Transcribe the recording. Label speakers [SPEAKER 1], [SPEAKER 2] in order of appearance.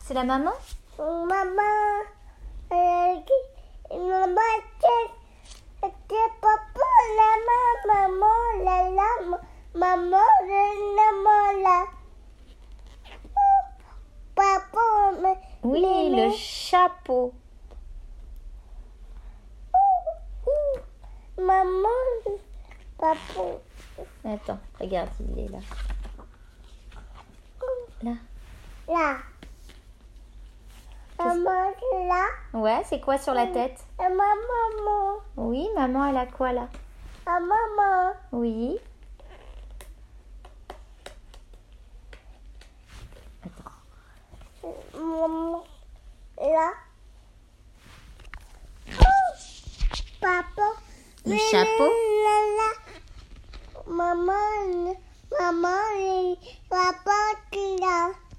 [SPEAKER 1] C'est la maman
[SPEAKER 2] Maman, euh, qui- maman, c'est c'est papa, la maman, maman, la la, maman, la la, maman, la. Papa, mais-
[SPEAKER 1] Oui,
[SPEAKER 2] mais-
[SPEAKER 1] le
[SPEAKER 2] mais-
[SPEAKER 1] chapeau.
[SPEAKER 2] oh, maman, papa.
[SPEAKER 1] Attends, regarde, il est là. Là.
[SPEAKER 2] Là. Maman, là.
[SPEAKER 1] Ouais, c'est quoi sur la tête
[SPEAKER 2] Ah, Maman,
[SPEAKER 1] Oui, maman, elle a quoi là
[SPEAKER 2] maman, maman.
[SPEAKER 1] Oui. Attends.
[SPEAKER 2] Maman, là. Papa.
[SPEAKER 1] Le chapeau
[SPEAKER 2] Là, là. Maman, maman, et papa,